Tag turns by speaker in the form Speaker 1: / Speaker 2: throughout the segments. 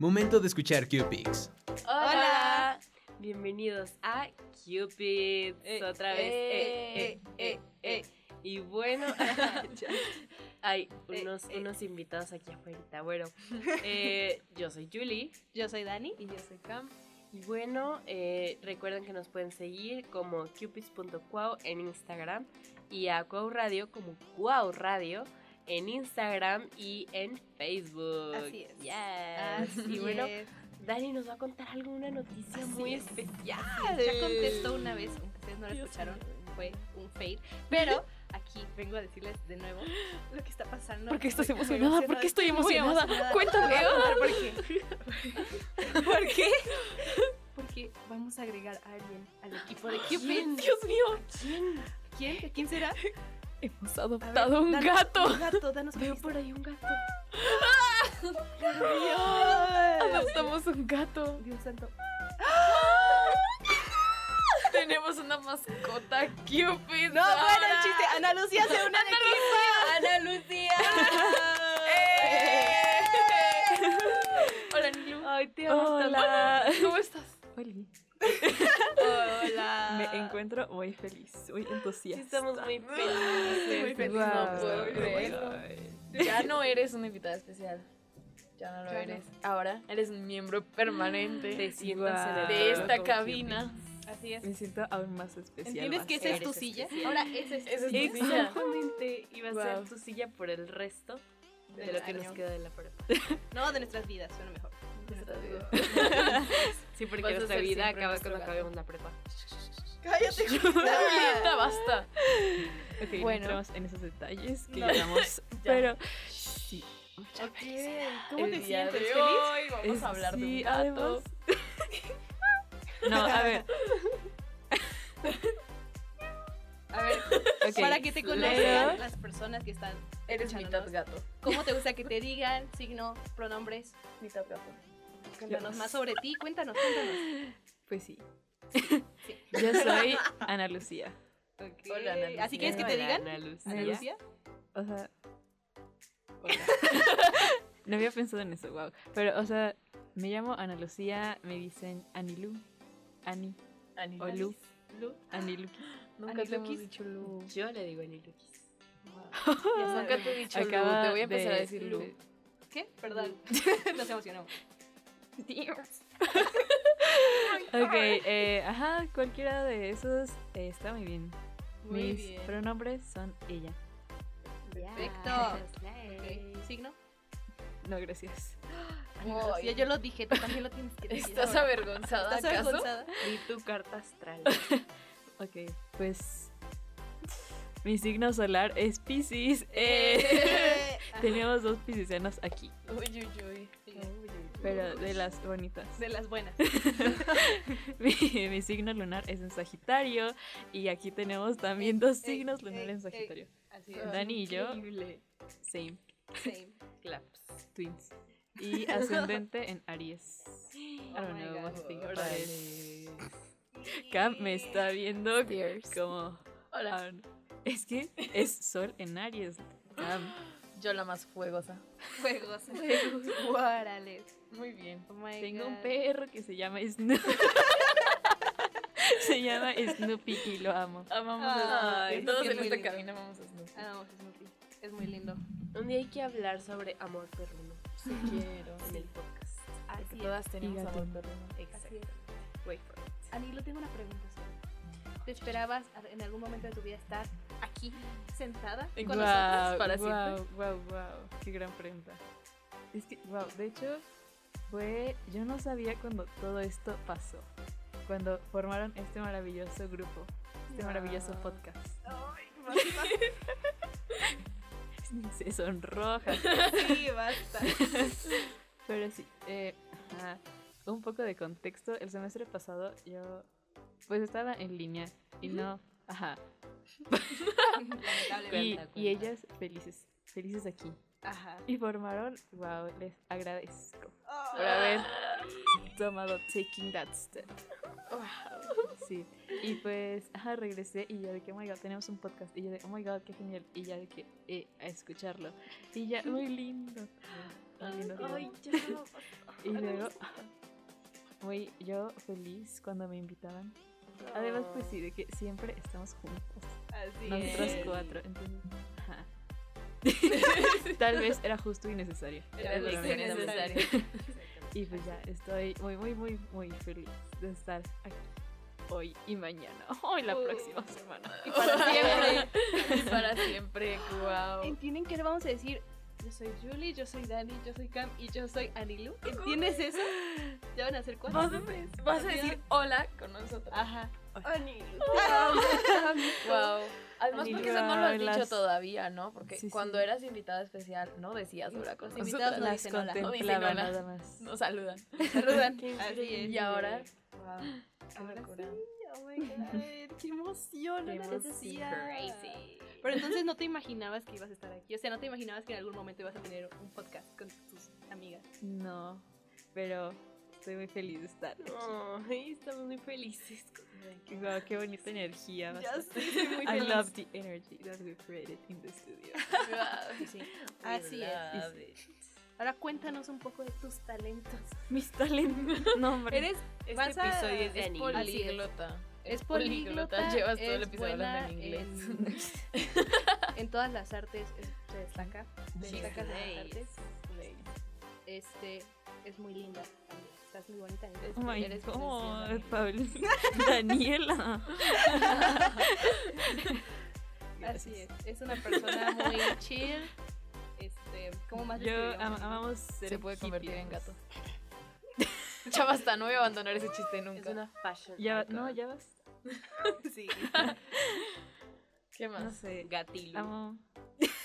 Speaker 1: Momento de escuchar Q-Pix.
Speaker 2: Hola.
Speaker 3: Bienvenidos a Cupid
Speaker 2: Eh,
Speaker 3: otra vez.
Speaker 2: eh,
Speaker 3: eh, eh, eh, eh. Y bueno,
Speaker 4: eh.
Speaker 3: ya. hay unos,
Speaker 2: eh.
Speaker 3: unos invitados aquí afuera. Bueno, eh, yo soy Julie.
Speaker 2: Yo soy Dani.
Speaker 3: Y yo soy Cam. Y bueno, eh, recuerden que nos pueden seguir como cupids.cuau en Instagram y a Cuau Radio como Cuau Radio en Instagram y en Facebook.
Speaker 2: Así es.
Speaker 3: Yes. y bueno, Dani nos va a contar alguna noticia
Speaker 2: Así
Speaker 3: muy
Speaker 2: es.
Speaker 3: especial.
Speaker 2: pues ya contestó una vez, aunque ustedes no lo escucharon, fue un fail. Pero aquí vengo a decirles de nuevo lo que está pasando.
Speaker 4: ¿Por qué estás
Speaker 2: Estoy muy
Speaker 4: emocionada? ¿Por qué estoy
Speaker 2: muy
Speaker 4: emocionada? Cuéntame.
Speaker 2: Te voy a contar ¿Por qué? ¿Por qué? Porque vamos a agregar a alguien al equipo de
Speaker 3: quién?
Speaker 2: Cupid.
Speaker 4: Dios mío,
Speaker 2: ¿Quién? ¿Quién? ¿Quién será?
Speaker 4: hemos
Speaker 2: A ver,
Speaker 4: adoptado un
Speaker 2: danos-
Speaker 4: gato.
Speaker 2: Un gato, danos
Speaker 3: Veo
Speaker 2: pistas.
Speaker 3: por ahí un gato.
Speaker 4: Adoptamos un gato.
Speaker 2: Dios santo. ¡Ah!
Speaker 4: Tenemos una mascota Cupid.
Speaker 2: No, bueno, el chiste. Ana Lucía se une al
Speaker 4: Ana Lucía. Hola, Nilu.
Speaker 3: Ay, te amo
Speaker 4: Hola. ¿Cómo estás?
Speaker 2: Hola.
Speaker 4: encuentro muy feliz, muy
Speaker 3: Sí,
Speaker 4: entusiasta.
Speaker 3: estamos muy
Speaker 2: Muy
Speaker 3: felices.
Speaker 2: feliz,
Speaker 4: Guau.
Speaker 2: no puedo
Speaker 4: Ay,
Speaker 2: creerlo.
Speaker 4: Ya no eres una invitada especial. Ya no lo
Speaker 2: Ya no.
Speaker 4: eres. Ahora eres un miembro permanente
Speaker 3: Te sientas en el
Speaker 4: de
Speaker 3: trono
Speaker 4: esta
Speaker 3: con
Speaker 4: cabina.
Speaker 2: Así es.
Speaker 5: Me siento aún más especial.
Speaker 2: ¿Entiendes
Speaker 5: más
Speaker 2: que esa es tu
Speaker 5: eres
Speaker 2: silla?
Speaker 5: especial.
Speaker 2: Ahora esa es tu
Speaker 4: Esa es
Speaker 2: silla.
Speaker 4: tu silla.
Speaker 3: Exactamente. Y va a
Speaker 4: Guau.
Speaker 3: ser tu silla por el resto de
Speaker 2: Del
Speaker 3: lo que
Speaker 2: año.
Speaker 3: nos queda de la prepa.
Speaker 2: No, de nuestras vidas, suena mejor.
Speaker 3: Sí, porque
Speaker 4: Vas a
Speaker 3: nuestra
Speaker 4: ser
Speaker 3: vida
Speaker 4: siempre
Speaker 3: acaba
Speaker 4: nuestro
Speaker 3: cuando
Speaker 4: gato.
Speaker 3: acabemos la prepa.
Speaker 2: Cállate.
Speaker 4: Julieta, basta.
Speaker 5: Ok, no
Speaker 4: Bueno.
Speaker 5: entremos en esos detalles que
Speaker 2: No.
Speaker 5: llevamos. Pero sí.
Speaker 2: ¿Cómo
Speaker 4: El
Speaker 2: te
Speaker 4: día
Speaker 2: sientes?
Speaker 4: de
Speaker 2: ¿Feliz?
Speaker 4: hoy vamos
Speaker 5: es-
Speaker 4: a hablar de un
Speaker 5: sí,
Speaker 4: gato.
Speaker 5: además- No, a ver.
Speaker 2: A ver,
Speaker 5: ok.
Speaker 2: para que te
Speaker 5: Pero-
Speaker 2: conozcan las personas que están
Speaker 4: Eres mitad
Speaker 2: escuchándonos.
Speaker 4: gato.
Speaker 2: ¿Cómo te gusta que te digan? Signo, pronombres.
Speaker 4: Mitad gato.
Speaker 2: Cuéntanos más sobre ti. Cuéntanos, cuéntanos.
Speaker 5: Pues sí.
Speaker 2: Sí.
Speaker 5: Yo soy Ana Lucía.
Speaker 3: Hola, Ana Lucía.
Speaker 2: ¿Así quieres que te
Speaker 3: Hola,
Speaker 2: digan?
Speaker 3: Ana Lucía.
Speaker 2: Ana
Speaker 5: Ya.
Speaker 2: Lucía.
Speaker 5: O sea. hola. no había pensado en eso, wow. Pero, o sea, me llamo Ana Lucía, me dicen Anilu. Ani.
Speaker 3: Ani-
Speaker 5: O Lu.
Speaker 3: Lu.
Speaker 5: Anilu.
Speaker 4: Nunca te hemos
Speaker 2: Aniluquis.
Speaker 4: dicho Lu.
Speaker 3: Yo le digo a Luquis.
Speaker 4: Nunca te he dicho
Speaker 5: Acaba
Speaker 4: Lu. Te voy a empezar
Speaker 5: de-
Speaker 4: a decir Lu.
Speaker 5: Lu.
Speaker 2: ¿Qué? Perdón. Nos emocionamos.
Speaker 5: Ok, eh, ajá, cualquiera de esos eh, está muy bien.
Speaker 2: Muy
Speaker 5: Mis
Speaker 2: bien.
Speaker 5: pronombres son ella.
Speaker 2: Perfecto. Ok, ¿Signo?
Speaker 5: No, gracias.
Speaker 2: Ana Lucía, yo lo dije, tú también lo tienes que decir.
Speaker 4: ¿Estás
Speaker 2: ahora.
Speaker 4: avergonzada
Speaker 2: ¿Estás
Speaker 4: acaso?
Speaker 2: avergonzada?
Speaker 3: Y tu carta astral.
Speaker 5: Ok, pues. Mi signo solar es Pisces.
Speaker 2: Eh,
Speaker 5: tenemos dos piscianos aquí,
Speaker 4: Uy, uy, uy.
Speaker 5: pero de las bonitas.
Speaker 2: De las buenas.
Speaker 5: Mi, mi signo lunar es en Sagitario. Y aquí tenemos también dos
Speaker 2: ey,
Speaker 5: signos lunares
Speaker 2: ey,
Speaker 5: en Sagitario.
Speaker 2: Así
Speaker 5: es. Dani y yo.
Speaker 3: Increíble.
Speaker 5: Same,
Speaker 2: Same.
Speaker 3: Claps.
Speaker 5: twins. Y ascendente en Aries. I
Speaker 2: Oh
Speaker 5: don't
Speaker 2: my
Speaker 5: know
Speaker 2: God.
Speaker 5: what to think about
Speaker 3: Órale.
Speaker 5: it. Cam me está viendo
Speaker 4: Fierce.
Speaker 5: como. Ah, es que es sol en Aries. Cam.
Speaker 2: Oh
Speaker 4: Yo la más fuegosa.
Speaker 2: Juegos. Órale.
Speaker 4: Muy bien.
Speaker 2: Oh my
Speaker 5: Tengo
Speaker 2: God.
Speaker 5: un perro que se llama Snoopy. se llama Snoopy y lo amo.
Speaker 4: Amamos
Speaker 2: Ah,
Speaker 4: a
Speaker 2: es que
Speaker 4: Snoopy. Todos
Speaker 2: es
Speaker 4: en
Speaker 2: muy
Speaker 4: esta
Speaker 2: lindo.
Speaker 4: cabina amamos a Snoopy.
Speaker 2: Ah, no, es muy, es muy lindo.
Speaker 3: Un día hay que hablar sobre amor perruno
Speaker 4: Quiero.
Speaker 3: en el podcast.
Speaker 4: Porque
Speaker 2: Así
Speaker 4: todas tenemos
Speaker 5: gato.
Speaker 4: amor perruno.
Speaker 2: Así
Speaker 3: Exacto. Wait for it.
Speaker 2: es. Anilo, tengo una pregunta sobre. ¿Te esperabas a- en algún momento de tu vida estar aquí, sentada, con nosotros?
Speaker 5: Guau,
Speaker 4: para
Speaker 5: guau, guau, guau. Qué gran pregunta. Es que, wow, de hecho, fue. Yo no sabía cuando todo esto pasó. Cuando formaron este maravilloso grupo, este maravilloso
Speaker 2: Wow.
Speaker 5: podcast.
Speaker 2: Ay, basta.
Speaker 5: Se sonroja.
Speaker 2: Sí, basta.
Speaker 5: Pero sí, eh, ajá, un poco de contexto. El semestre pasado yo pues estaba en línea y no, ajá. Y,
Speaker 2: Lamentablemente.
Speaker 3: Cuenta,
Speaker 5: y
Speaker 3: cuenta.
Speaker 5: ellas felices, felices aquí.
Speaker 2: Ajá.
Speaker 5: Y formaron, wow, les agradezco por
Speaker 2: Oh,
Speaker 5: haber tomado Taking That Step. Sí, y pues, ajá, regresé y yo de que, oh my god, tenemos un podcast. Y yo de, oh my god, qué genial. Y ya de que, eh, a escucharlo. Y ya, muy lindo. Muy lindo.
Speaker 3: Ay, ya.
Speaker 5: Y luego, muy yo feliz cuando me invitaban. Además, pues sí, de que siempre estamos juntos.
Speaker 2: Así
Speaker 5: Nosotros
Speaker 2: es.
Speaker 5: cuatro. Entonces, ajá. Tal vez era justo y necesario.
Speaker 2: Era
Speaker 4: Era justo y
Speaker 5: Seguramente.
Speaker 4: necesario.
Speaker 5: Y pues ya estoy muy, muy, muy, muy feliz de estar aquí hoy y mañana. Hoy la
Speaker 2: Uh.
Speaker 5: próxima semana.
Speaker 4: Y para siempre. y para siempre. Wow.
Speaker 2: ¿Entienden qué le vamos a decir? Yo soy Julie, yo soy Dani, yo soy Cam y yo soy Anilu. ¿Entiendes eso? Ya van a ser cuatro.
Speaker 4: Vas a, vas a decir hola con nosotros.
Speaker 2: Ajá. Anilu.
Speaker 4: Wow. Además,
Speaker 5: Ay,
Speaker 4: porque eso no lo has
Speaker 5: las-
Speaker 4: dicho todavía, ¿no? Porque
Speaker 5: Sí, sí.
Speaker 4: cuando eras invitada especial no decías hola con
Speaker 2: Los
Speaker 4: nosotros.
Speaker 2: invitados no
Speaker 5: Las
Speaker 2: dicen hola.
Speaker 4: dicen
Speaker 5: contemplaba
Speaker 4: hola.
Speaker 5: nada más.
Speaker 4: Nos saludan.
Speaker 2: Saludan.
Speaker 3: Qué
Speaker 2: Así es.
Speaker 4: Y ahora. Wow.
Speaker 2: Ahora
Speaker 4: locura.
Speaker 2: sí, oh my God, qué emoción,
Speaker 5: Qué
Speaker 2: no lo
Speaker 5: emoción.
Speaker 2: decía. Pero entonces no te imaginabas que ibas a estar aquí, o sea, no te imaginabas que en algún momento ibas a tener un podcast con tus amigas.
Speaker 5: No, pero estoy muy feliz de estar. aquí.
Speaker 3: Ay, estamos muy felices.
Speaker 5: Guau, qué bonita energía. vas a-
Speaker 2: sé, soy muy
Speaker 5: I love the energy that we created in the studio.
Speaker 2: Sí, Así es. Ahora cuéntanos un poco de tus talentos.
Speaker 5: Mis talentos. No, hombre.
Speaker 2: Eres
Speaker 3: Este
Speaker 2: Vas a-
Speaker 3: episodio es de
Speaker 2: es
Speaker 3: anime.
Speaker 2: poli-
Speaker 4: Políglota.
Speaker 2: es políglota,
Speaker 4: Llevas todo el
Speaker 2: es
Speaker 4: episodio hablando en
Speaker 2: buena
Speaker 4: inglés.
Speaker 2: en- en todas las artes es- se destaca, se
Speaker 4: Sí.
Speaker 2: destaca en las
Speaker 3: Nice.
Speaker 2: artes. Este es muy linda. también, Estás muy bonita. ¿no?
Speaker 5: Oh my
Speaker 2: Eres
Speaker 5: god,
Speaker 2: preciosa.
Speaker 5: Pablo. Daniela.
Speaker 2: Así es, es una persona muy chill. Este, ¿cómo más
Speaker 5: Yo am-
Speaker 2: describiríamos?
Speaker 5: amamos ser
Speaker 4: Se puede convertir en
Speaker 5: hippies.
Speaker 4: gato. Ya basta, no voy a abandonar ese chiste
Speaker 3: Es
Speaker 4: nunca.
Speaker 3: una fashion.
Speaker 5: Ya,
Speaker 3: icon.
Speaker 5: no, ya vas.
Speaker 2: Sí.
Speaker 4: ¿Qué
Speaker 5: No
Speaker 4: más?
Speaker 5: sé.
Speaker 3: Gatilu.
Speaker 5: Amo.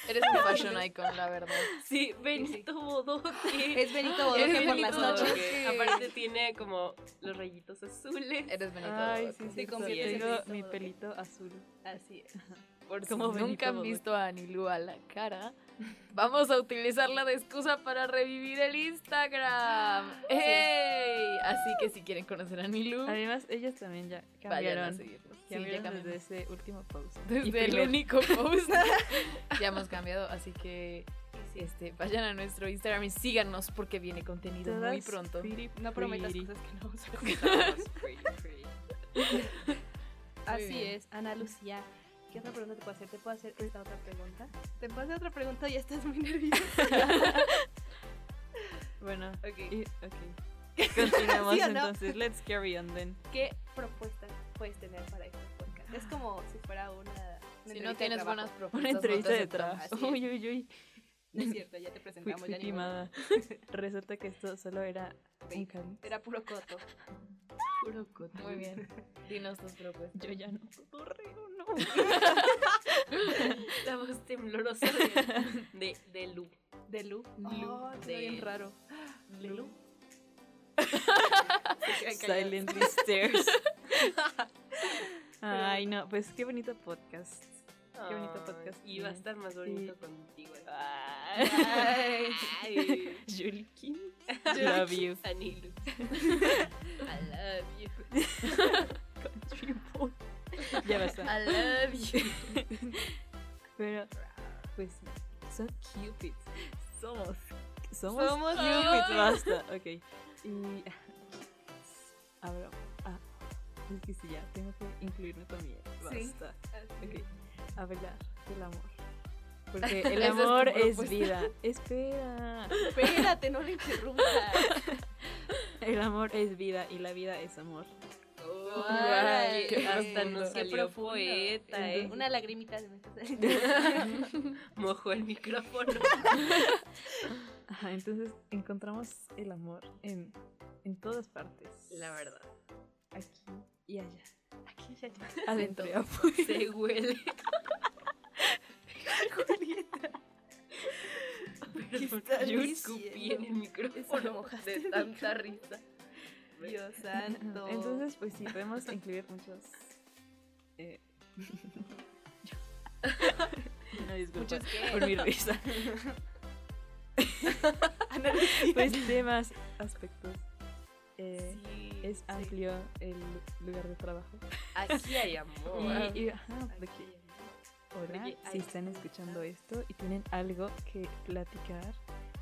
Speaker 4: Eres un fashion icon, la verdad.
Speaker 3: Sí, Benito Bodoque.
Speaker 2: Es Benito Bodoque
Speaker 4: Eres
Speaker 2: por las
Speaker 4: Benito
Speaker 2: noches.
Speaker 4: Bodoque.
Speaker 3: Aparte tiene como los rayitos azules.
Speaker 4: Eres Benito.
Speaker 5: Ay,
Speaker 4: Bodoque.
Speaker 5: sí,
Speaker 2: Te
Speaker 5: sí.
Speaker 2: conviertes en
Speaker 5: Tengo
Speaker 2: Benito
Speaker 5: mi
Speaker 2: Bodoque.
Speaker 5: pelito azul.
Speaker 2: Así es.
Speaker 5: Por
Speaker 4: Como
Speaker 5: si
Speaker 4: nunca han visto a Anilú a la cara, vamos a utilizarla de excusa para revivir el Instagram. ¡Hey! Así que si quieren conocer a Anilú,
Speaker 5: Además, ellas también ya
Speaker 4: vayan a
Speaker 5: cambiaron.
Speaker 4: seguirnos. Sí, ya
Speaker 5: cambiaron
Speaker 4: cambiamos.
Speaker 5: desde ese último post. Y
Speaker 4: Desde el
Speaker 5: primer.
Speaker 4: único post. ya hemos cambiado, así que este, vayan a nuestro Instagram y síganos porque viene contenido muy
Speaker 5: Todas
Speaker 4: pronto.
Speaker 5: pretty,
Speaker 2: No prometas
Speaker 5: pretty.
Speaker 2: cosas que no vamos a
Speaker 4: Muy
Speaker 2: Así
Speaker 4: bien.
Speaker 2: es, Ana Lucía. ¿Qué otra pregunta te puedo hacer? ¿Te puedo hacer esta otra pregunta? ¿Te puedo hacer otra pregunta? Ya estás muy nerviosa.
Speaker 5: Bueno,
Speaker 2: Ok.
Speaker 5: y, ok. Continuamos
Speaker 2: ¿Sí o no?
Speaker 5: entonces. Let's carry on then.
Speaker 2: ¿Qué propuestas puedes tener para este podcast? Es como si fuera una. una
Speaker 4: Si
Speaker 2: entrevista
Speaker 4: no
Speaker 2: de
Speaker 4: tienes
Speaker 2: trabajo.
Speaker 4: buenas propuestas,
Speaker 5: Una
Speaker 4: no te
Speaker 5: entrevista de
Speaker 4: aceptamos.
Speaker 5: trabajo.
Speaker 2: Así es.
Speaker 5: Uy, uy, uy.
Speaker 2: No es cierto, ya te
Speaker 5: Fui,
Speaker 2: presentamos.
Speaker 5: fui
Speaker 2: ya ni modo.
Speaker 5: timada. Resulta que esto solo era un cambio.
Speaker 2: Era puro coto.
Speaker 3: Puro coto.
Speaker 4: Muy bien. Dinos tus propuestas.
Speaker 5: Yo ya no cotorreo, no.
Speaker 3: La voz temblorosa de, de, de Lu.
Speaker 2: De Lu.
Speaker 3: Lu.
Speaker 2: Oh,
Speaker 3: De-
Speaker 2: de... bien raro.
Speaker 3: De Lu.
Speaker 5: Silently stairs. Ay, no, pues qué bonito podcast. Qué bonito
Speaker 3: Ay,
Speaker 5: podcast
Speaker 3: Y va a
Speaker 5: tiene.
Speaker 3: estar más bonito
Speaker 5: Sí.
Speaker 3: contigo. eh.
Speaker 5: Ay.
Speaker 3: Ay.
Speaker 5: Julie King. Love you.
Speaker 3: Anilu.
Speaker 4: I love you.
Speaker 5: Country boy. Ya basta.
Speaker 4: I love you.
Speaker 5: Pero, pues, son cupids. Somos. Somos,
Speaker 4: Somos
Speaker 5: cupids,
Speaker 4: cupids.
Speaker 5: basta. Ok. Y. Abro. Ah, es que sí, ya. Tengo que incluirme también.
Speaker 2: Sí.
Speaker 5: Basta.
Speaker 2: Así.
Speaker 5: Ok, hablar del amor. Porque el
Speaker 4: Esa es tu
Speaker 5: amor es,
Speaker 4: propuesta.
Speaker 5: vida. Espera.
Speaker 2: Espérate, no le interrumpas.
Speaker 5: El amor es vida y la vida es amor.
Speaker 2: Ay,
Speaker 4: qué
Speaker 3: Hasta
Speaker 4: profundo.
Speaker 3: nos
Speaker 2: Qué
Speaker 3: salió
Speaker 2: profundo.
Speaker 3: poeta, eh.
Speaker 2: Una lagrimita de
Speaker 3: Mojo el micrófono.
Speaker 5: Ajá, entonces encontramos el amor en, en todas partes.
Speaker 3: La verdad.
Speaker 5: Aquí y allá.
Speaker 2: Aquí ya ya.
Speaker 5: Adentro. y
Speaker 4: todo.
Speaker 5: afuera.
Speaker 3: Se huele.
Speaker 2: está
Speaker 3: Yo
Speaker 2: diciendo?
Speaker 3: escupí en el
Speaker 2: Eso lo
Speaker 3: micrófono
Speaker 2: mojaste
Speaker 3: de
Speaker 2: en el
Speaker 3: tanta risa.
Speaker 2: Dios
Speaker 5: Ajá,
Speaker 2: santo.
Speaker 5: Entonces, pues sí, podemos incluir muchos. eh, Una disculpa
Speaker 2: Muchos qué.
Speaker 5: por mi risa. pues temas, aspectos. eh, es amplio el lugar de trabajo.
Speaker 3: Aquí hay amor.
Speaker 5: Y, y, ajá, de que, hola,
Speaker 3: Oh, Oye,
Speaker 5: si
Speaker 3: ay,
Speaker 5: están
Speaker 3: me
Speaker 5: escuchando esto y tienen algo que platicar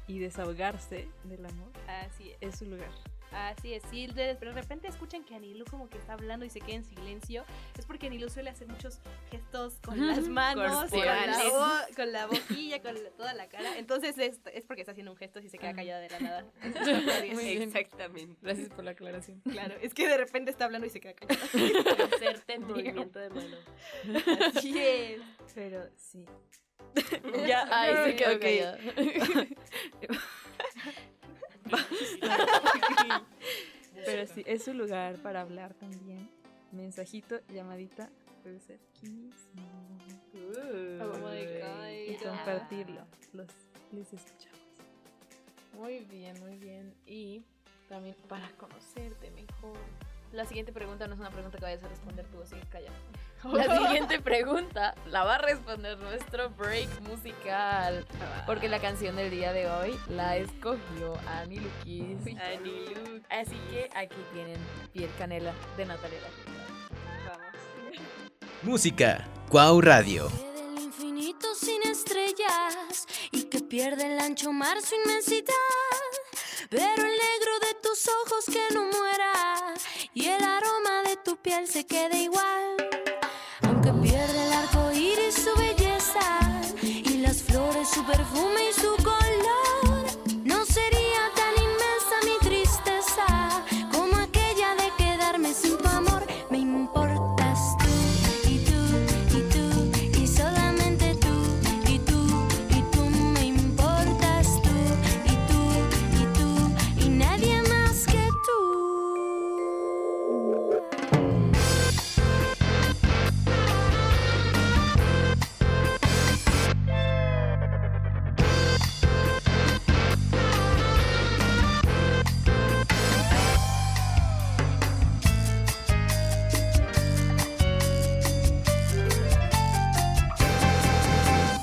Speaker 5: y desahogarse del amor
Speaker 2: Así es.
Speaker 5: es su lugar.
Speaker 2: Así es. Si de de repente escuchan que Anilú como que está hablando y se queda en silencio, es porque Anilú suele hacer muchos gestos con las manos, con la,
Speaker 4: Corporales.
Speaker 2: bo- con la boquilla, con la- toda la cara. Entonces es, es porque está haciendo un gesto si se queda callada de la nada. Así es.
Speaker 3: Exactamente.
Speaker 4: Gracias por la aclaración.
Speaker 2: Claro, es que de repente está hablando y se queda callada.
Speaker 3: Hacerte en movimiento de mano.
Speaker 2: Así es.
Speaker 5: Pero sí.
Speaker 4: Ya, ahí se quedó
Speaker 5: ok.
Speaker 4: callada.
Speaker 5: Pero sí, es su lugar para hablar también. Mensajito, llamadita, puede ser kiss.
Speaker 2: Oh my God.
Speaker 5: Y compartirlo. Los, les escuchamos.
Speaker 4: Muy bien, muy bien. Y también para conocerte mejor. La siguiente pregunta no es una pregunta que vayas a responder tú, así que calla. La siguiente pregunta la va a responder nuestro break musical. Porque la canción del día de hoy la escogió Annie Lukis.
Speaker 3: Anilú.
Speaker 4: Así que aquí tienen Piel Canela de Natalia Lafourcade.
Speaker 1: Música. Cuau Radio.
Speaker 6: Que del infinito sin estrellas y que pierde el ancho mar su inmensidad. Pero el negro de tus ojos que no muera y el aroma de tu piel se quede igual. Aunque pierde el arco iris su belleza y las flores su perfume y su color, no sería tan inmensa mi tristeza como aquella de quedarme sin tu amor. Me importas tú y tú y tú y solamente tú y tú y tú me importas tú y tú y tú y nadie más que tú.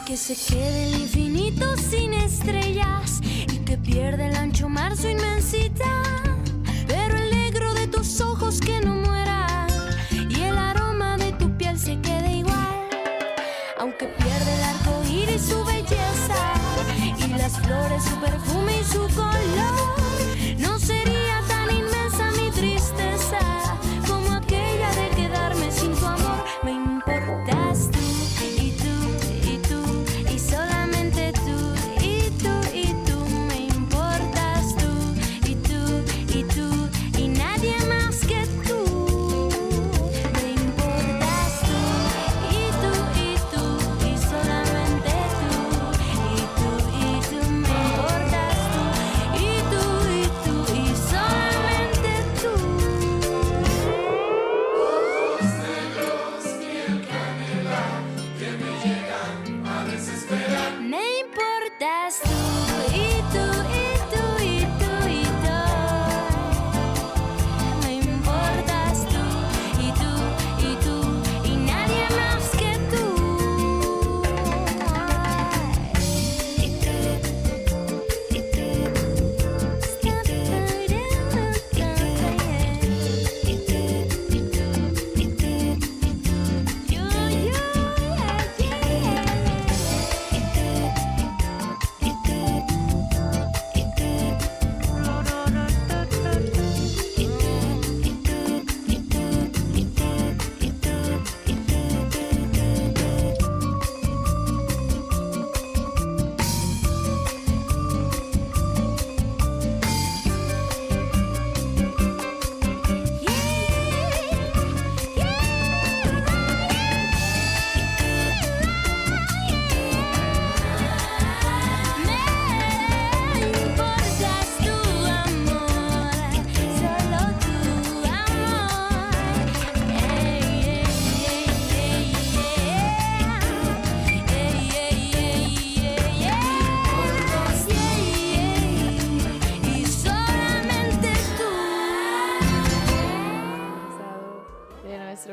Speaker 6: Que se quede el infinito sin estrellas y que pierde el ancho mar su inmensidad. Pero el negro de tus ojos que no muera y el aroma de tu piel se quede igual. Aunque pierde el arco iris su belleza y las flores su perfume y su color, no sería tan inmensa mi tristeza como aquella de quedarme sin tu amor. Me importas tú y tú y tú y solamente tú y tú y tú me importas tú y tú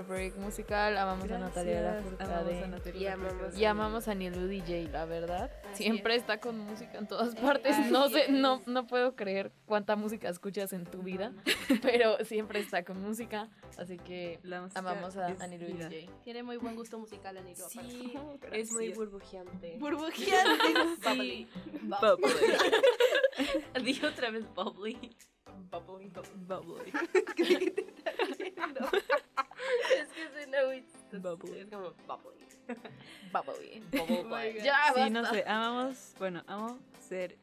Speaker 4: break musical. Amamos a Natalia
Speaker 5: Gracias, amamos a
Speaker 4: Lafourcade.
Speaker 5: Natalia
Speaker 3: Y amamos
Speaker 5: Lafourcade.
Speaker 4: Y amamos a Nilu DJ, la verdad.
Speaker 2: Así
Speaker 4: Siempre está con música en todas partes.
Speaker 2: Así
Speaker 4: No sé,
Speaker 2: es.
Speaker 4: no, no puedo creer cuánta música escuchas en tu vida, pero siempre está con música. Así que
Speaker 5: La música
Speaker 4: amamos a,
Speaker 5: es
Speaker 4: a Nilu
Speaker 5: vida.
Speaker 4: DJ.
Speaker 2: Tiene muy buen gusto musical, Anilo.
Speaker 3: Sí, es muy burbujeante.
Speaker 2: Burbujeante.
Speaker 3: Bubbly. Dije otra vez bubbly.
Speaker 5: Bubbly.
Speaker 3: es que suena muy
Speaker 5: Bubbly.
Speaker 3: Es como bubbly. Oh
Speaker 4: Bubbly.
Speaker 3: Bubbly.
Speaker 4: Ya basta.
Speaker 5: Sí, no sé, amamos, bueno, amo ser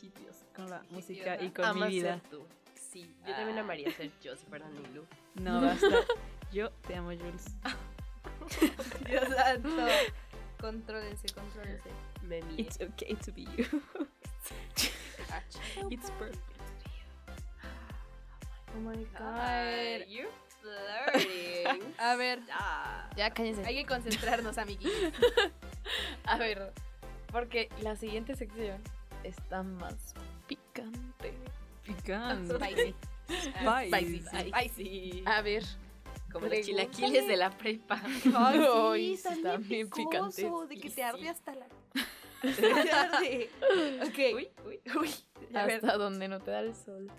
Speaker 5: hippios con la música y con mi vida.
Speaker 3: ser tú. Sí, yo también amaría ser yo si fuera Nilu.
Speaker 5: No basta. Yo te amo, Jules.
Speaker 2: Dios santo. Contrólense, contrólense.
Speaker 3: Me mié.
Speaker 5: It's okay to be you.
Speaker 2: Ah,
Speaker 5: It's perfect.
Speaker 2: Oh my
Speaker 3: God, you're flirting.
Speaker 2: A ver,
Speaker 4: Ya cállense.
Speaker 2: hay que concentrarnos, amiguitos.
Speaker 4: A ver, porque la siguiente sección está más picante.
Speaker 5: Picante.
Speaker 2: Spicy.
Speaker 5: Spicy.
Speaker 3: Ay, sí.
Speaker 4: A ver,
Speaker 3: Como
Speaker 4: Pregúntale.
Speaker 3: los chilaquiles de la prepa.
Speaker 4: Ay, sí,
Speaker 2: están
Speaker 4: están bien
Speaker 2: picosos,
Speaker 4: picantes.
Speaker 2: De que
Speaker 3: Sí.
Speaker 2: te arde hasta la. Te arde. Ok.
Speaker 3: Uy, uy.
Speaker 2: Uy. A ver.
Speaker 4: hasta donde no te da el sol.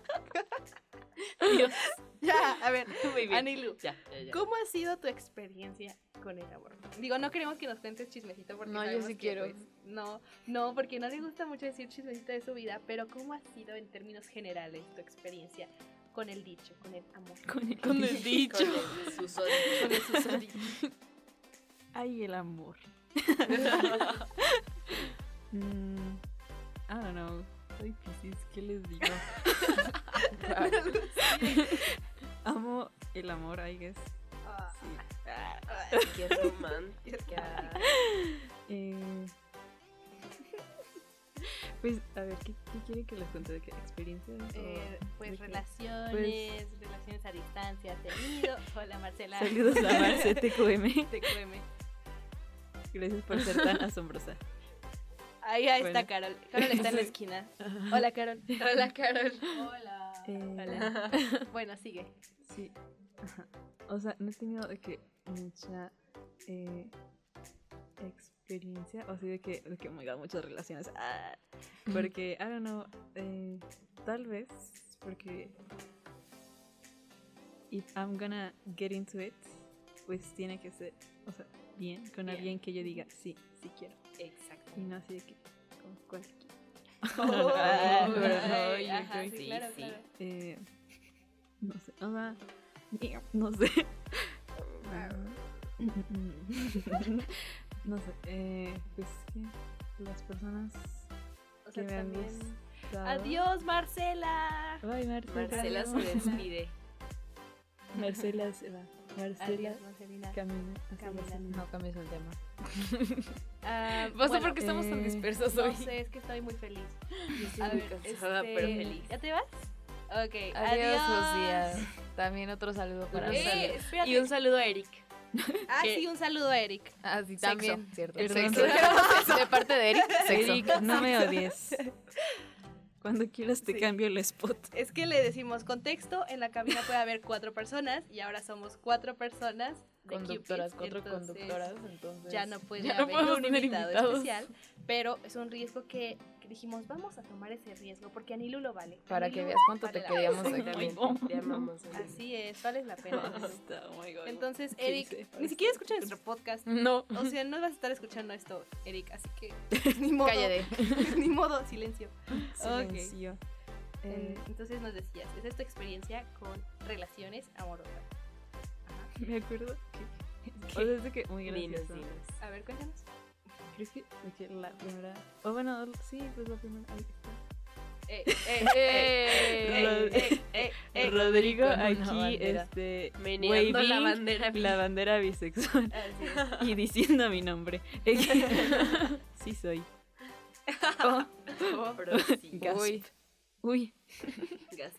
Speaker 3: Dios.
Speaker 2: Ya, a ver.
Speaker 3: Muy bien.
Speaker 2: Anilu.
Speaker 3: Ya, ya, ya.
Speaker 2: ¿Cómo ha sido tu experiencia con el amor? Digo, no queremos que nos cuentes chismecito porque
Speaker 4: No, yo
Speaker 2: sabemos
Speaker 4: sí
Speaker 2: que,
Speaker 4: quiero.
Speaker 2: pues, no, no, porque no le gusta mucho decir chismecito de su vida, pero ¿cómo ha sido en términos generales tu experiencia con el dicho, con el amor?
Speaker 5: Con el,
Speaker 4: Con el dicho.
Speaker 3: Con el susodicho.
Speaker 2: Con el susodicho.
Speaker 5: Ay, el amor. Mm, I don't know. Soy Pisces, ¿qué les digo? Amo el amor, I guess.
Speaker 2: Ah,
Speaker 5: Sí.
Speaker 2: ah,
Speaker 3: Qué romántica.
Speaker 5: Eh, Pues, a ver, ¿qué, qué quieren que les cuente de qué experiencia? o-
Speaker 2: eh,
Speaker 5: de
Speaker 2: pues
Speaker 5: qué?
Speaker 2: relaciones, relaciones a distancia ha tenido. Hola Marcela.
Speaker 5: Saludos a Marce TQM.
Speaker 2: Te créeme.
Speaker 5: Gracias por ser tan asombrosa.
Speaker 2: Ahí, ahí
Speaker 5: Bueno.
Speaker 2: está Carol. Carol está en la esquina. Hola Carol.
Speaker 4: Hola, Carol.
Speaker 2: Hola.
Speaker 5: Eh,
Speaker 2: Bueno, sigue.
Speaker 5: Sí. Ajá. O sea, no he tenido de que mucha eh, experiencia, o así de que, de que, oh my God, muchas relaciones. ah, porque, I don't know, eh, tal vez, porque if I'm gonna get into it, pues tiene que ser, o sea, bien, con
Speaker 3: Bien.
Speaker 5: alguien que yo diga, sí, sí quiero.
Speaker 3: Exacto.
Speaker 5: Y no así de que, con cualquier.
Speaker 2: Ay,
Speaker 5: pero no,
Speaker 2: Ah, ay,
Speaker 5: yo-
Speaker 2: ajá,
Speaker 5: yo-
Speaker 2: sí,
Speaker 3: sí,
Speaker 2: claro,
Speaker 3: sí.
Speaker 2: claro.
Speaker 5: eh, no sé, o sea, no sé. no sé, eh, pues que las personas
Speaker 2: O sea,
Speaker 5: que me han
Speaker 2: también-
Speaker 5: gustado.
Speaker 2: Adiós, Marcela.
Speaker 5: Bye, Marcela.
Speaker 3: Marcela se
Speaker 5: Adiós.
Speaker 3: despide.
Speaker 5: Marcela se va. Marcela
Speaker 2: Adiós, Marcelina.
Speaker 5: camina. hacia
Speaker 2: Camina.
Speaker 5: la salida.
Speaker 4: No cambies el tema.
Speaker 2: Ah,
Speaker 4: Basta
Speaker 2: bueno,
Speaker 4: porque estamos tan
Speaker 5: eh,
Speaker 4: dispersos
Speaker 2: no
Speaker 4: hoy.
Speaker 2: sé, es que estoy muy feliz. este,
Speaker 3: muy cansada, pero feliz.
Speaker 2: ¿Ya te vas? Ok, adiós.
Speaker 4: Adiós, Lucía. También otro saludo para
Speaker 3: Eh,
Speaker 4: Sally.
Speaker 2: espérate.
Speaker 3: Y un saludo a Eric.
Speaker 2: Ah,
Speaker 3: que-
Speaker 2: sí, un saludo a Eric.
Speaker 4: Ah, sí,
Speaker 3: Sexo.
Speaker 4: también. Cierto.
Speaker 5: Perdón.
Speaker 4: Sexo. De parte de Eric. Sexo.
Speaker 5: Eric, no me odies. Cuando quieras te cambio el spot.
Speaker 2: Es que le decimos contexto, en la cabina puede haber cuatro personas y ahora somos cuatro personas. de
Speaker 4: Conductoras,
Speaker 2: Cupids,
Speaker 4: cuatro
Speaker 2: entonces
Speaker 4: conductoras. Entonces.
Speaker 2: Ya no puede
Speaker 4: ya no
Speaker 2: haber
Speaker 4: podemos
Speaker 2: un
Speaker 4: tener
Speaker 2: invitado
Speaker 4: invitados.
Speaker 2: especial, pero es un riesgo que que dijimos, vamos a tomar ese riesgo porque Anilu lo vale.
Speaker 4: Para que
Speaker 2: Anilu
Speaker 4: veas cuánto
Speaker 2: vale
Speaker 4: te
Speaker 2: la
Speaker 4: queríamos
Speaker 2: pena.
Speaker 4: aquí.
Speaker 3: Exactamente. Te amamos. Eric.
Speaker 2: Así es, vale la pena. Anilu.
Speaker 5: Basta, oh my God.
Speaker 2: Entonces,
Speaker 5: ¿Qué hice?
Speaker 2: Eric, ni
Speaker 5: Basta.
Speaker 2: siquiera escucha nuestro podcast.
Speaker 4: No.
Speaker 2: O sea, no vas a estar escuchando esto, Eric, así que ni modo.
Speaker 4: Cállate.
Speaker 2: ni modo, silencio. Ok.
Speaker 5: Silencio. Eh,
Speaker 2: Entonces nos decías, esa es tu experiencia con relaciones amorosas. Eh,
Speaker 5: me acuerdo que. O sea, es de que muy
Speaker 3: Dinos,
Speaker 5: gracioso.
Speaker 3: dinos.
Speaker 2: A ver, cuéntanos.
Speaker 5: Creo que, de que la primera. O bueno, sí, pues la primera. ahí está.
Speaker 2: Eh, eh,
Speaker 5: Rod-
Speaker 2: eh, eh, eh.
Speaker 5: Rodrigo
Speaker 4: con una
Speaker 5: aquí,
Speaker 4: bandera.
Speaker 5: este.
Speaker 3: Meneando la
Speaker 5: waving
Speaker 3: bandera.
Speaker 5: la bandera bisexual
Speaker 2: Así es.
Speaker 5: y diciendo mi nombre. sí soy.
Speaker 3: Pero sí,
Speaker 5: Gasp.
Speaker 4: Uy.
Speaker 5: Uy.
Speaker 3: gas.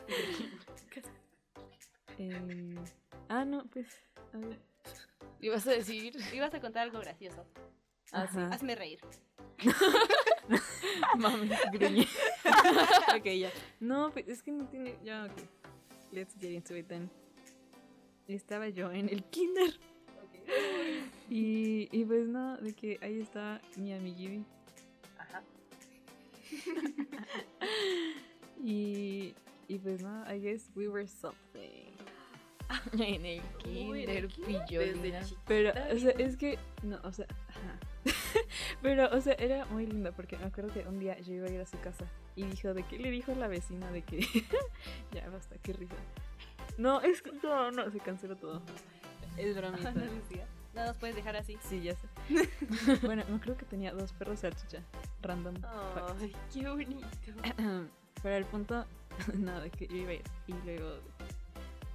Speaker 5: Eh, ah, no, pues. a ver.
Speaker 4: Ibas a decir.
Speaker 2: Ibas a contar algo gracioso.
Speaker 5: Ajá.
Speaker 2: Ah, Hazme reír.
Speaker 5: Mami, gruñí. ok, ya. No, pues es que no tiene. Ya, ok. Let's get into it then. estaba yo en el kinder. Y, y pues no, de que ahí estaba mi amiguibi.
Speaker 3: Ajá.
Speaker 5: Y, y pues no, I guess we were something.
Speaker 4: En el kinder, pillolina.
Speaker 5: Pero, o sea, es que, no, o sea, ajá. Pero, o sea, era muy lindo porque me acuerdo que un día yo iba a ir a su casa y dijo de que le dijo a la vecina de que ya basta, qué risa. No, es que no, no, se canceló todo. Es bromita.
Speaker 2: Ana Lucía. No nos puedes dejar así.
Speaker 5: Sí, ya sé. bueno, me acuerdo que tenía dos perros salchicha. Random. fact.
Speaker 3: Ay, qué bonito.
Speaker 5: Pero el punto, nada, de que yo iba a ir. Y luego,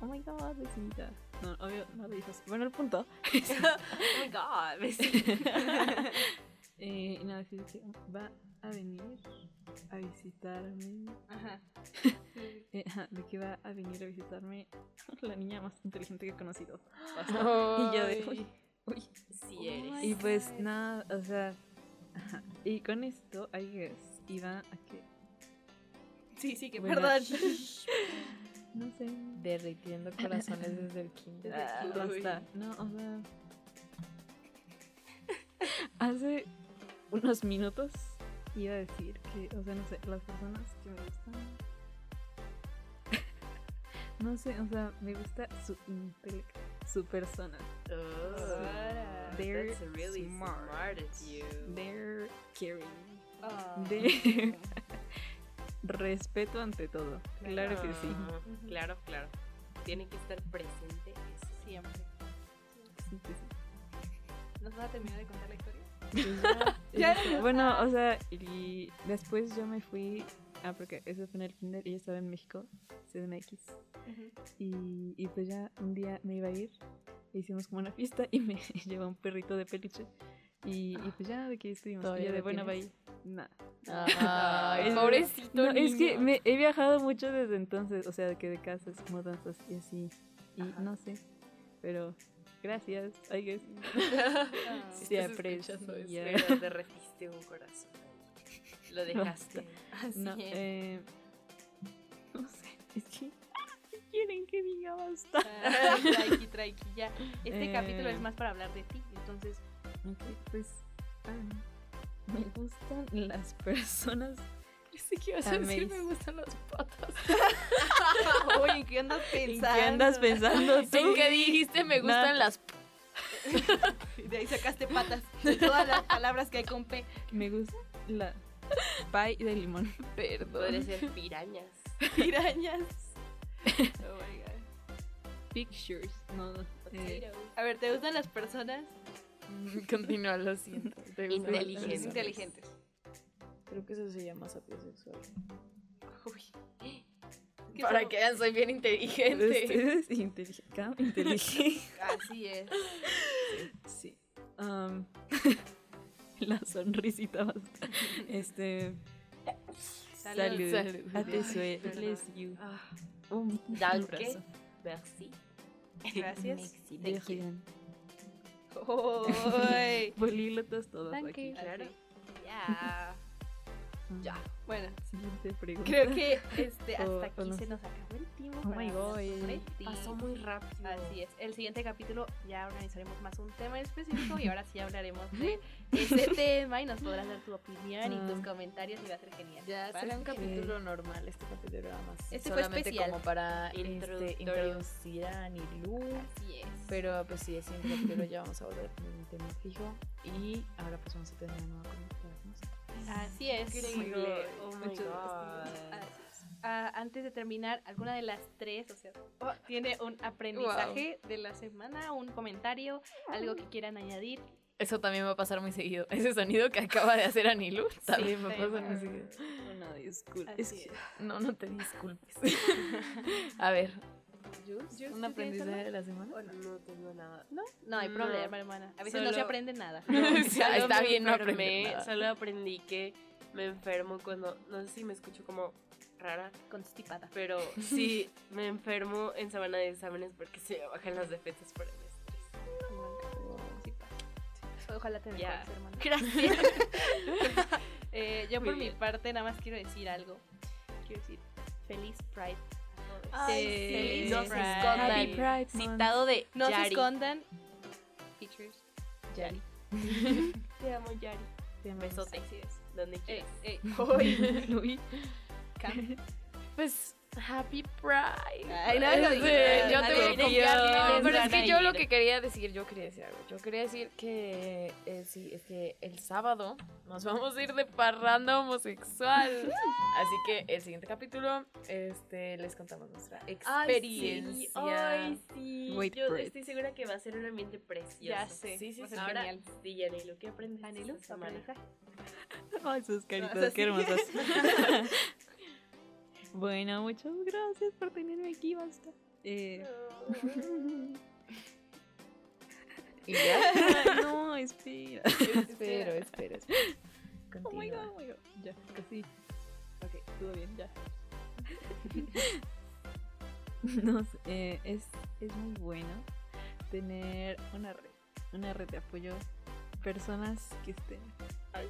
Speaker 5: oh my god, vecinita. No, obvio, no lo dijo así. Bueno, el punto.
Speaker 3: Oh my god, besito.
Speaker 5: eh, y nada, que dije, va a venir a visitarme.
Speaker 2: Ajá.
Speaker 5: Eh, ajá, de que va a venir a visitarme la niña más inteligente que he conocido.
Speaker 4: Y
Speaker 5: Y yo de, uy, uy.
Speaker 3: Sí eres.
Speaker 5: Y pues nada, o sea. ajá. Y con esto, I guess, iba a que.
Speaker 2: Sí, sí, que
Speaker 5: Bueno,
Speaker 2: perdón.
Speaker 5: No sé.
Speaker 4: Derritiendo corazones desde el kinder.
Speaker 5: Ah, basta. No, o sea. Hace unos minutos iba a decir que, o sea, no sé, las personas que me gustan. No sé, o sea, me gusta su intelecto, su persona.
Speaker 3: Oh,
Speaker 5: They're
Speaker 3: that's really
Speaker 5: smart.
Speaker 3: smart. of you.
Speaker 5: They're caring.
Speaker 2: Ah.
Speaker 5: They're respeto ante todo. Claro que sí.
Speaker 3: Ah,
Speaker 2: Ujú.
Speaker 3: Claro, claro. Tiene que estar presente eso.
Speaker 2: Siempre.
Speaker 5: Sí, sí, sí.
Speaker 2: ¿Nos vas a terminar de contar la historia?
Speaker 5: Y listo. bueno, o sea, y después yo me fui. Ah, porque eso fue en el kinder y yo estaba en México, CDMX. Y, y pues ya un día me iba a ir. e hicimos como una fiesta y me llevó un perrito de peluche. Y, y pues ya de que estuvimos. Y
Speaker 4: ¿Todavía
Speaker 5: yo de
Speaker 4: lo
Speaker 5: bueno, va
Speaker 4: tienes?
Speaker 5: ahí. Nah.
Speaker 4: Ay,
Speaker 5: Es-
Speaker 4: pobrecito.
Speaker 5: No, es que
Speaker 4: niño.
Speaker 5: me he viajado mucho desde entonces, o sea, de que de casas, mudanzas y así. Y
Speaker 3: Ajá.
Speaker 5: no sé, pero gracias, I guess.
Speaker 2: Ah.
Speaker 4: Sí,
Speaker 5: Se
Speaker 4: estás
Speaker 5: aprecia.
Speaker 4: escuchando eso.
Speaker 3: Pero derretiste un corazón. Lo dejaste.
Speaker 4: Así
Speaker 5: No,
Speaker 4: es.
Speaker 5: eh, no sé, es que ¿qué quieren que diga basta.
Speaker 2: Ah, Tranqui, tranqui, ya. Este
Speaker 5: Eh.
Speaker 2: capítulo es más para hablar de ti, entonces.
Speaker 5: Ok, pues ah, me gustan las personas.
Speaker 4: Pensé que ibas a decir
Speaker 5: Amazing.
Speaker 4: me gustan las patas.
Speaker 2: Oye, ¿en qué andas
Speaker 5: ¿En
Speaker 2: pensando?
Speaker 5: qué andas pensando tú?
Speaker 4: ¿En qué dijiste me gustan
Speaker 5: Nada.
Speaker 4: las
Speaker 2: Y De ahí sacaste patas. De todas las palabras que hay con P.
Speaker 5: Me gusta la pie de limón.
Speaker 3: Podría
Speaker 4: Perdón.
Speaker 3: ser pirañas.
Speaker 2: Pirañas. Oh my God.
Speaker 5: Pictures, no. eh,
Speaker 2: A ver, ¿te gustan las personas
Speaker 4: Continúa, lo siento. Te gustan las
Speaker 3: Inteligente.
Speaker 4: personas.
Speaker 2: inteligentes?
Speaker 4: Creo que eso se llama sapio sexual.
Speaker 2: Uy.
Speaker 4: Para que vean, soy bien inteligente.
Speaker 5: ustedes inteligen- inteligentes.
Speaker 2: Así es.
Speaker 5: Sí. Am, la sonrisita más. Este.
Speaker 2: Salud.
Speaker 5: Salud.
Speaker 4: Salud.
Speaker 5: A te sue-
Speaker 2: perdón.
Speaker 5: bless you.
Speaker 2: Ah,
Speaker 5: Un
Speaker 3: Danke.
Speaker 5: abrazo.
Speaker 3: Merci.
Speaker 2: gracias.
Speaker 5: De
Speaker 3: Thank you.
Speaker 5: rien.
Speaker 2: Uy.
Speaker 5: Políglotas todas aquí. Ah,
Speaker 3: Claro.
Speaker 2: Ya.
Speaker 5: Ya.
Speaker 2: Bueno,
Speaker 5: Siguiente pregunta.
Speaker 2: creo que este, hasta
Speaker 5: O- o
Speaker 2: aquí
Speaker 5: no
Speaker 2: se
Speaker 5: sé.
Speaker 2: nos acabó el tiempo.
Speaker 5: Oh my
Speaker 2: hablar
Speaker 5: God.
Speaker 2: sobre ti.
Speaker 3: Pasó muy rápido.
Speaker 2: Así es. El siguiente capítulo ya organizaremos más un tema en específico y ahora sí hablaremos de ese tema y nos podrás dar tu opinión y tus
Speaker 5: Ah.
Speaker 2: comentarios y va a ser genial.
Speaker 4: Ya
Speaker 2: ¿va?
Speaker 4: será un capítulo normal, este capítulo era más
Speaker 2: Este fue
Speaker 4: solamente
Speaker 2: especial.
Speaker 4: como para este,
Speaker 3: Introductorio.
Speaker 4: introducir a Nilu,
Speaker 2: Así es.
Speaker 4: pero pues sí, el siguiente capítulo ya vamos a volver a tener un tema fijo y ahora pues vamos a tener una nueva conectarnos.
Speaker 2: Así es.
Speaker 3: Increíble. Oh my
Speaker 5: Muchas
Speaker 3: god.
Speaker 2: Así es. Ah, antes de terminar, alguna de las tres, o sea, oh, tiene un aprendizaje de la semana, un comentario, algo que quieran añadir.
Speaker 4: Eso también va a pasar muy seguido. Ese sonido que acaba de hacer Anilu también va a
Speaker 2: también
Speaker 4: pasar
Speaker 2: va a
Speaker 4: muy
Speaker 2: pasar.
Speaker 4: seguido.
Speaker 5: Una disculpa.
Speaker 2: Así
Speaker 5: Es que-
Speaker 2: es.
Speaker 4: No, no te disculpes. a ver,
Speaker 2: Jules, ¿tú
Speaker 4: un
Speaker 2: tienes
Speaker 4: aprendizaje de la semana.
Speaker 3: No tengo nada.
Speaker 2: ¿No? No hay
Speaker 3: No.
Speaker 2: problema, hermana. A veces no se
Speaker 3: Solo-
Speaker 2: aprende nada.
Speaker 4: O sea,
Speaker 3: Solo
Speaker 4: está
Speaker 3: me
Speaker 4: bien no
Speaker 3: enfermé,
Speaker 4: aprender nada.
Speaker 3: Solo aprendí que me enfermo cuando. No sé si me escucho como rara,
Speaker 2: Constipada.
Speaker 3: pero sí me enfermo en semana de exámenes porque se me bajan las defensas por el estrés.
Speaker 2: Ojalá te
Speaker 3: Ya.
Speaker 2: mejores, hermana.
Speaker 3: Gracias.
Speaker 2: Eh, yo
Speaker 3: Muy
Speaker 2: por mi
Speaker 3: bien.
Speaker 2: parte nada más quiero decir algo. Quiero decir feliz Pride Ay, sí.
Speaker 3: Feliz
Speaker 2: No
Speaker 3: no
Speaker 2: se
Speaker 3: se
Speaker 2: Pride.
Speaker 3: escondan.
Speaker 5: Happy Pride Month.
Speaker 3: Citado de
Speaker 2: No se
Speaker 3: Yari.
Speaker 2: escondan. Features.
Speaker 4: Yari.
Speaker 3: Te amo, Yari.
Speaker 5: Te amamos.
Speaker 3: Besote. Eh, Donde
Speaker 2: Eh,
Speaker 3: quieras.
Speaker 4: Hoy, Luis. Pues, Happy Pride.
Speaker 2: Ay,
Speaker 4: Ay,
Speaker 2: no,
Speaker 4: no sé, yo
Speaker 3: nadie
Speaker 4: tengo que
Speaker 3: diría.
Speaker 4: confiar.
Speaker 3: Nadie
Speaker 4: No, pero es
Speaker 3: diría.
Speaker 4: que yo lo que quería decir, yo quería decir algo. Yo quería decir que, eh, sí, es que el sábado nos vamos a ir de parranda homosexual. Así que el siguiente capítulo, este, les contamos nuestra
Speaker 3: Ay, sí.
Speaker 4: experiencia.
Speaker 3: Ay, sí.
Speaker 5: Wait
Speaker 3: Yo
Speaker 5: for it.
Speaker 3: estoy segura que va a ser un ambiente precioso.
Speaker 2: Ya sé.
Speaker 4: Sí, sí,
Speaker 2: va a
Speaker 4: sí.
Speaker 2: ser
Speaker 3: Ahora,
Speaker 2: genial.
Speaker 3: sí, Yanelo, ¿qué aprendes
Speaker 2: Anhelo
Speaker 3: esta semana?
Speaker 2: aprendizaje.
Speaker 5: Ay, sus caritas,
Speaker 2: No, es
Speaker 5: qué
Speaker 2: así.
Speaker 5: hermosas. bueno, muchas gracias por tenerme aquí, basta. Eh,
Speaker 4: Y ya.
Speaker 5: no, espera.
Speaker 4: espero, espero, espero.
Speaker 5: Oh my god,
Speaker 4: Continúa.
Speaker 5: oh my god. Ya, así. Ok, todo bien, ya. no sé, eh, es, es muy bueno tener una red, una red de apoyo, personas que estén ahí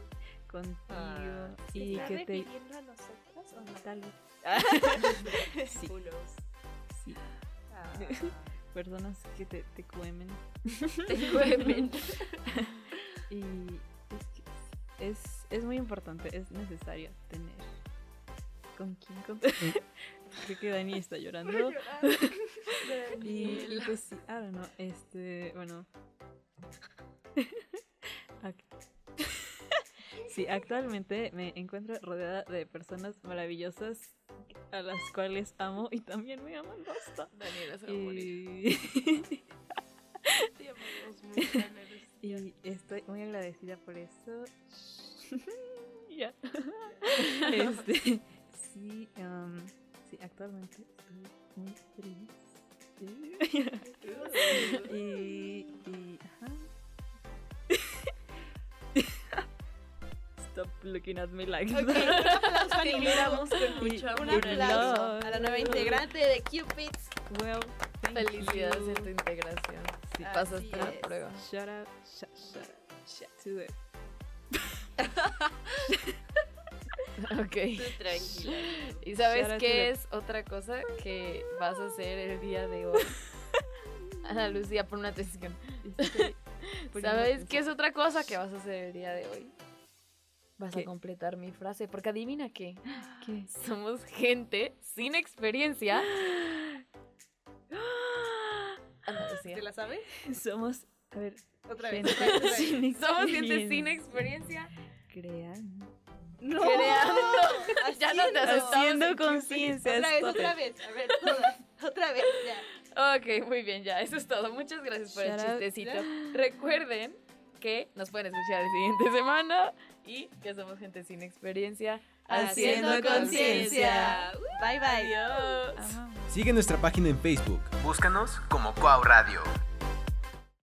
Speaker 5: contigo
Speaker 3: Ah,
Speaker 5: y
Speaker 2: ¿Está
Speaker 5: que te
Speaker 2: refiriendo a nosotros o no?
Speaker 5: tal vez sí,
Speaker 3: Unos.
Speaker 5: sí,
Speaker 3: Ah.
Speaker 5: personas que te, te cuemen y es, que sí, es, es muy importante, es necesario tener con quién contar. Creo que Dani está llorando. Y, y pues sí, I don't know, este, bueno. Ac- sí, actualmente me encuentro rodeada de personas maravillosas a las cuales amo y también me aman basta.
Speaker 4: Daniela se va a morir.
Speaker 5: Y,
Speaker 3: Te amamos mucho, Anhelo.
Speaker 5: y estoy muy agradecida por eso. ya. este, sí, um, sí, actualmente estoy muy triste. Y, y- ajá. Stop looking at me like
Speaker 2: Ok, un
Speaker 5: that.
Speaker 2: aplauso a
Speaker 3: Te
Speaker 2: Nilo.
Speaker 3: miramos con mucho amor.
Speaker 2: Un
Speaker 5: Nilo.
Speaker 2: aplauso a la nueva integrante de Cupids.
Speaker 5: Well, thank
Speaker 4: Felicidades
Speaker 5: you.
Speaker 4: en tu integración. Si
Speaker 2: Así
Speaker 4: pasas por la
Speaker 2: es.
Speaker 4: prueba.
Speaker 5: Shout out, shout, shout out, shout to the-
Speaker 4: Ok.
Speaker 3: Tú tranquila. Anhelo.
Speaker 4: ¿Y
Speaker 5: Shout
Speaker 4: sabes
Speaker 5: out to the-
Speaker 4: qué es otra cosa que vas a hacer el día de hoy? Ana Lucía, pon una atención. Este,
Speaker 5: Estoy poniendo
Speaker 4: ¿Sabes qué
Speaker 5: atención.
Speaker 4: es otra cosa que vas a hacer el día de hoy? Vas
Speaker 5: ¿Qué?
Speaker 4: a completar mi frase, porque adivina qué. Somos gente sin experiencia. Ana Lucía.
Speaker 2: ¿Te la sabes?
Speaker 5: Somos, a ver,
Speaker 2: Otra vez.
Speaker 5: gente
Speaker 2: otra vez.
Speaker 5: sin
Speaker 4: Somos gente sin
Speaker 5: experiencia.
Speaker 4: experiencia.
Speaker 5: Crean.
Speaker 2: No.
Speaker 4: Creando. Ya no
Speaker 2: Haciendo.
Speaker 4: te asustabas
Speaker 5: Haciendo
Speaker 4: en
Speaker 5: conciencia.
Speaker 2: Otra vez, otra vez.
Speaker 5: stop it.
Speaker 2: A ver, todas. Otra vez. Ya.
Speaker 4: Ok, muy bien, ya, eso es todo. Muchas gracias por el
Speaker 5: Shout out.
Speaker 4: chistecito. Recuerden que nos pueden escuchar la siguiente semana y que somos gente sin experiencia.
Speaker 5: Haciendo conciencia.
Speaker 2: Bye bye.
Speaker 4: Adiós.
Speaker 5: Amamos.
Speaker 1: Sigue nuestra página en Facebook. Búscanos como Cuau Radio.